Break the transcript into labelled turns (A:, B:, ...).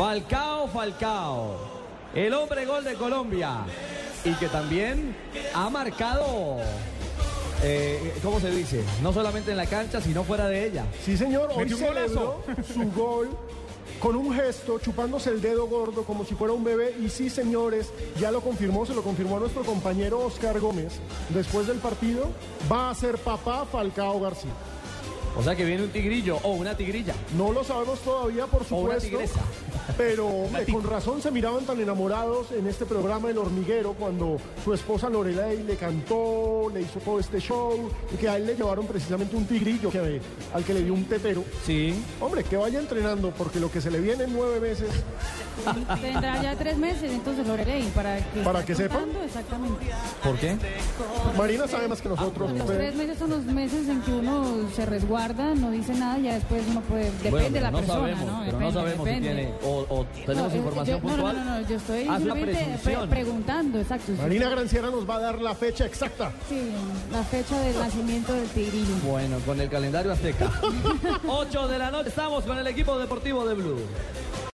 A: Falcao Falcao, el hombre gol de Colombia y que también ha marcado, eh, ¿cómo se dice? No solamente en la cancha, sino fuera de ella.
B: Sí, señor, hoy
C: Metió un
B: celebró su gol con un gesto, chupándose el dedo gordo como si fuera un bebé. Y sí, señores, ya lo confirmó, se lo confirmó a nuestro compañero Oscar Gómez. Después del partido, va a ser papá Falcao García.
A: O sea que viene un tigrillo o una tigrilla.
B: No lo sabemos todavía, por
A: O una
B: supuesto.
A: tigresa.
B: Pero hombre, con razón se miraban tan enamorados en este programa El Hormiguero cuando su esposa Lorelei le cantó, le hizo todo este show, y que a él le llevaron precisamente un tigrillo que, al que le dio un tetero.
A: Sí.
B: Hombre, que vaya entrenando porque lo que se le viene en nueve meses,
D: Tendrá ya tres meses, entonces Lorelei, para que,
B: Para
D: esté
B: que sepan.
D: contando, Exactamente.
A: ¿Por qué?
B: Marina sabe más que nosotros.
D: Los
B: usted-
D: tres meses son los meses en que uno se resguarda, no dice nada, ya después uno puede. Depende
A: Bueno,
D: de
A: pero
D: la
A: no
D: persona,
A: sabemos,
D: ¿no?
A: pero no
D: Depende,
A: sabemos
D: depende.
A: si tiene o, o
D: No,
A: tenemos
D: eh, eh,
A: información
D: yo- no,
A: puntual.
D: No, no, no, yo estoy
A: Haz una
D: simplemente eh, pre-
A: presunción.
D: preguntando, exacto. sí.
B: Marina Granciera nos va a dar la fecha exacta.
D: Sí, la fecha del nacimiento del tigrillo.
A: Bueno, con el calendario azteca. 8 de la noche estamos con el equipo deportivo de Blue.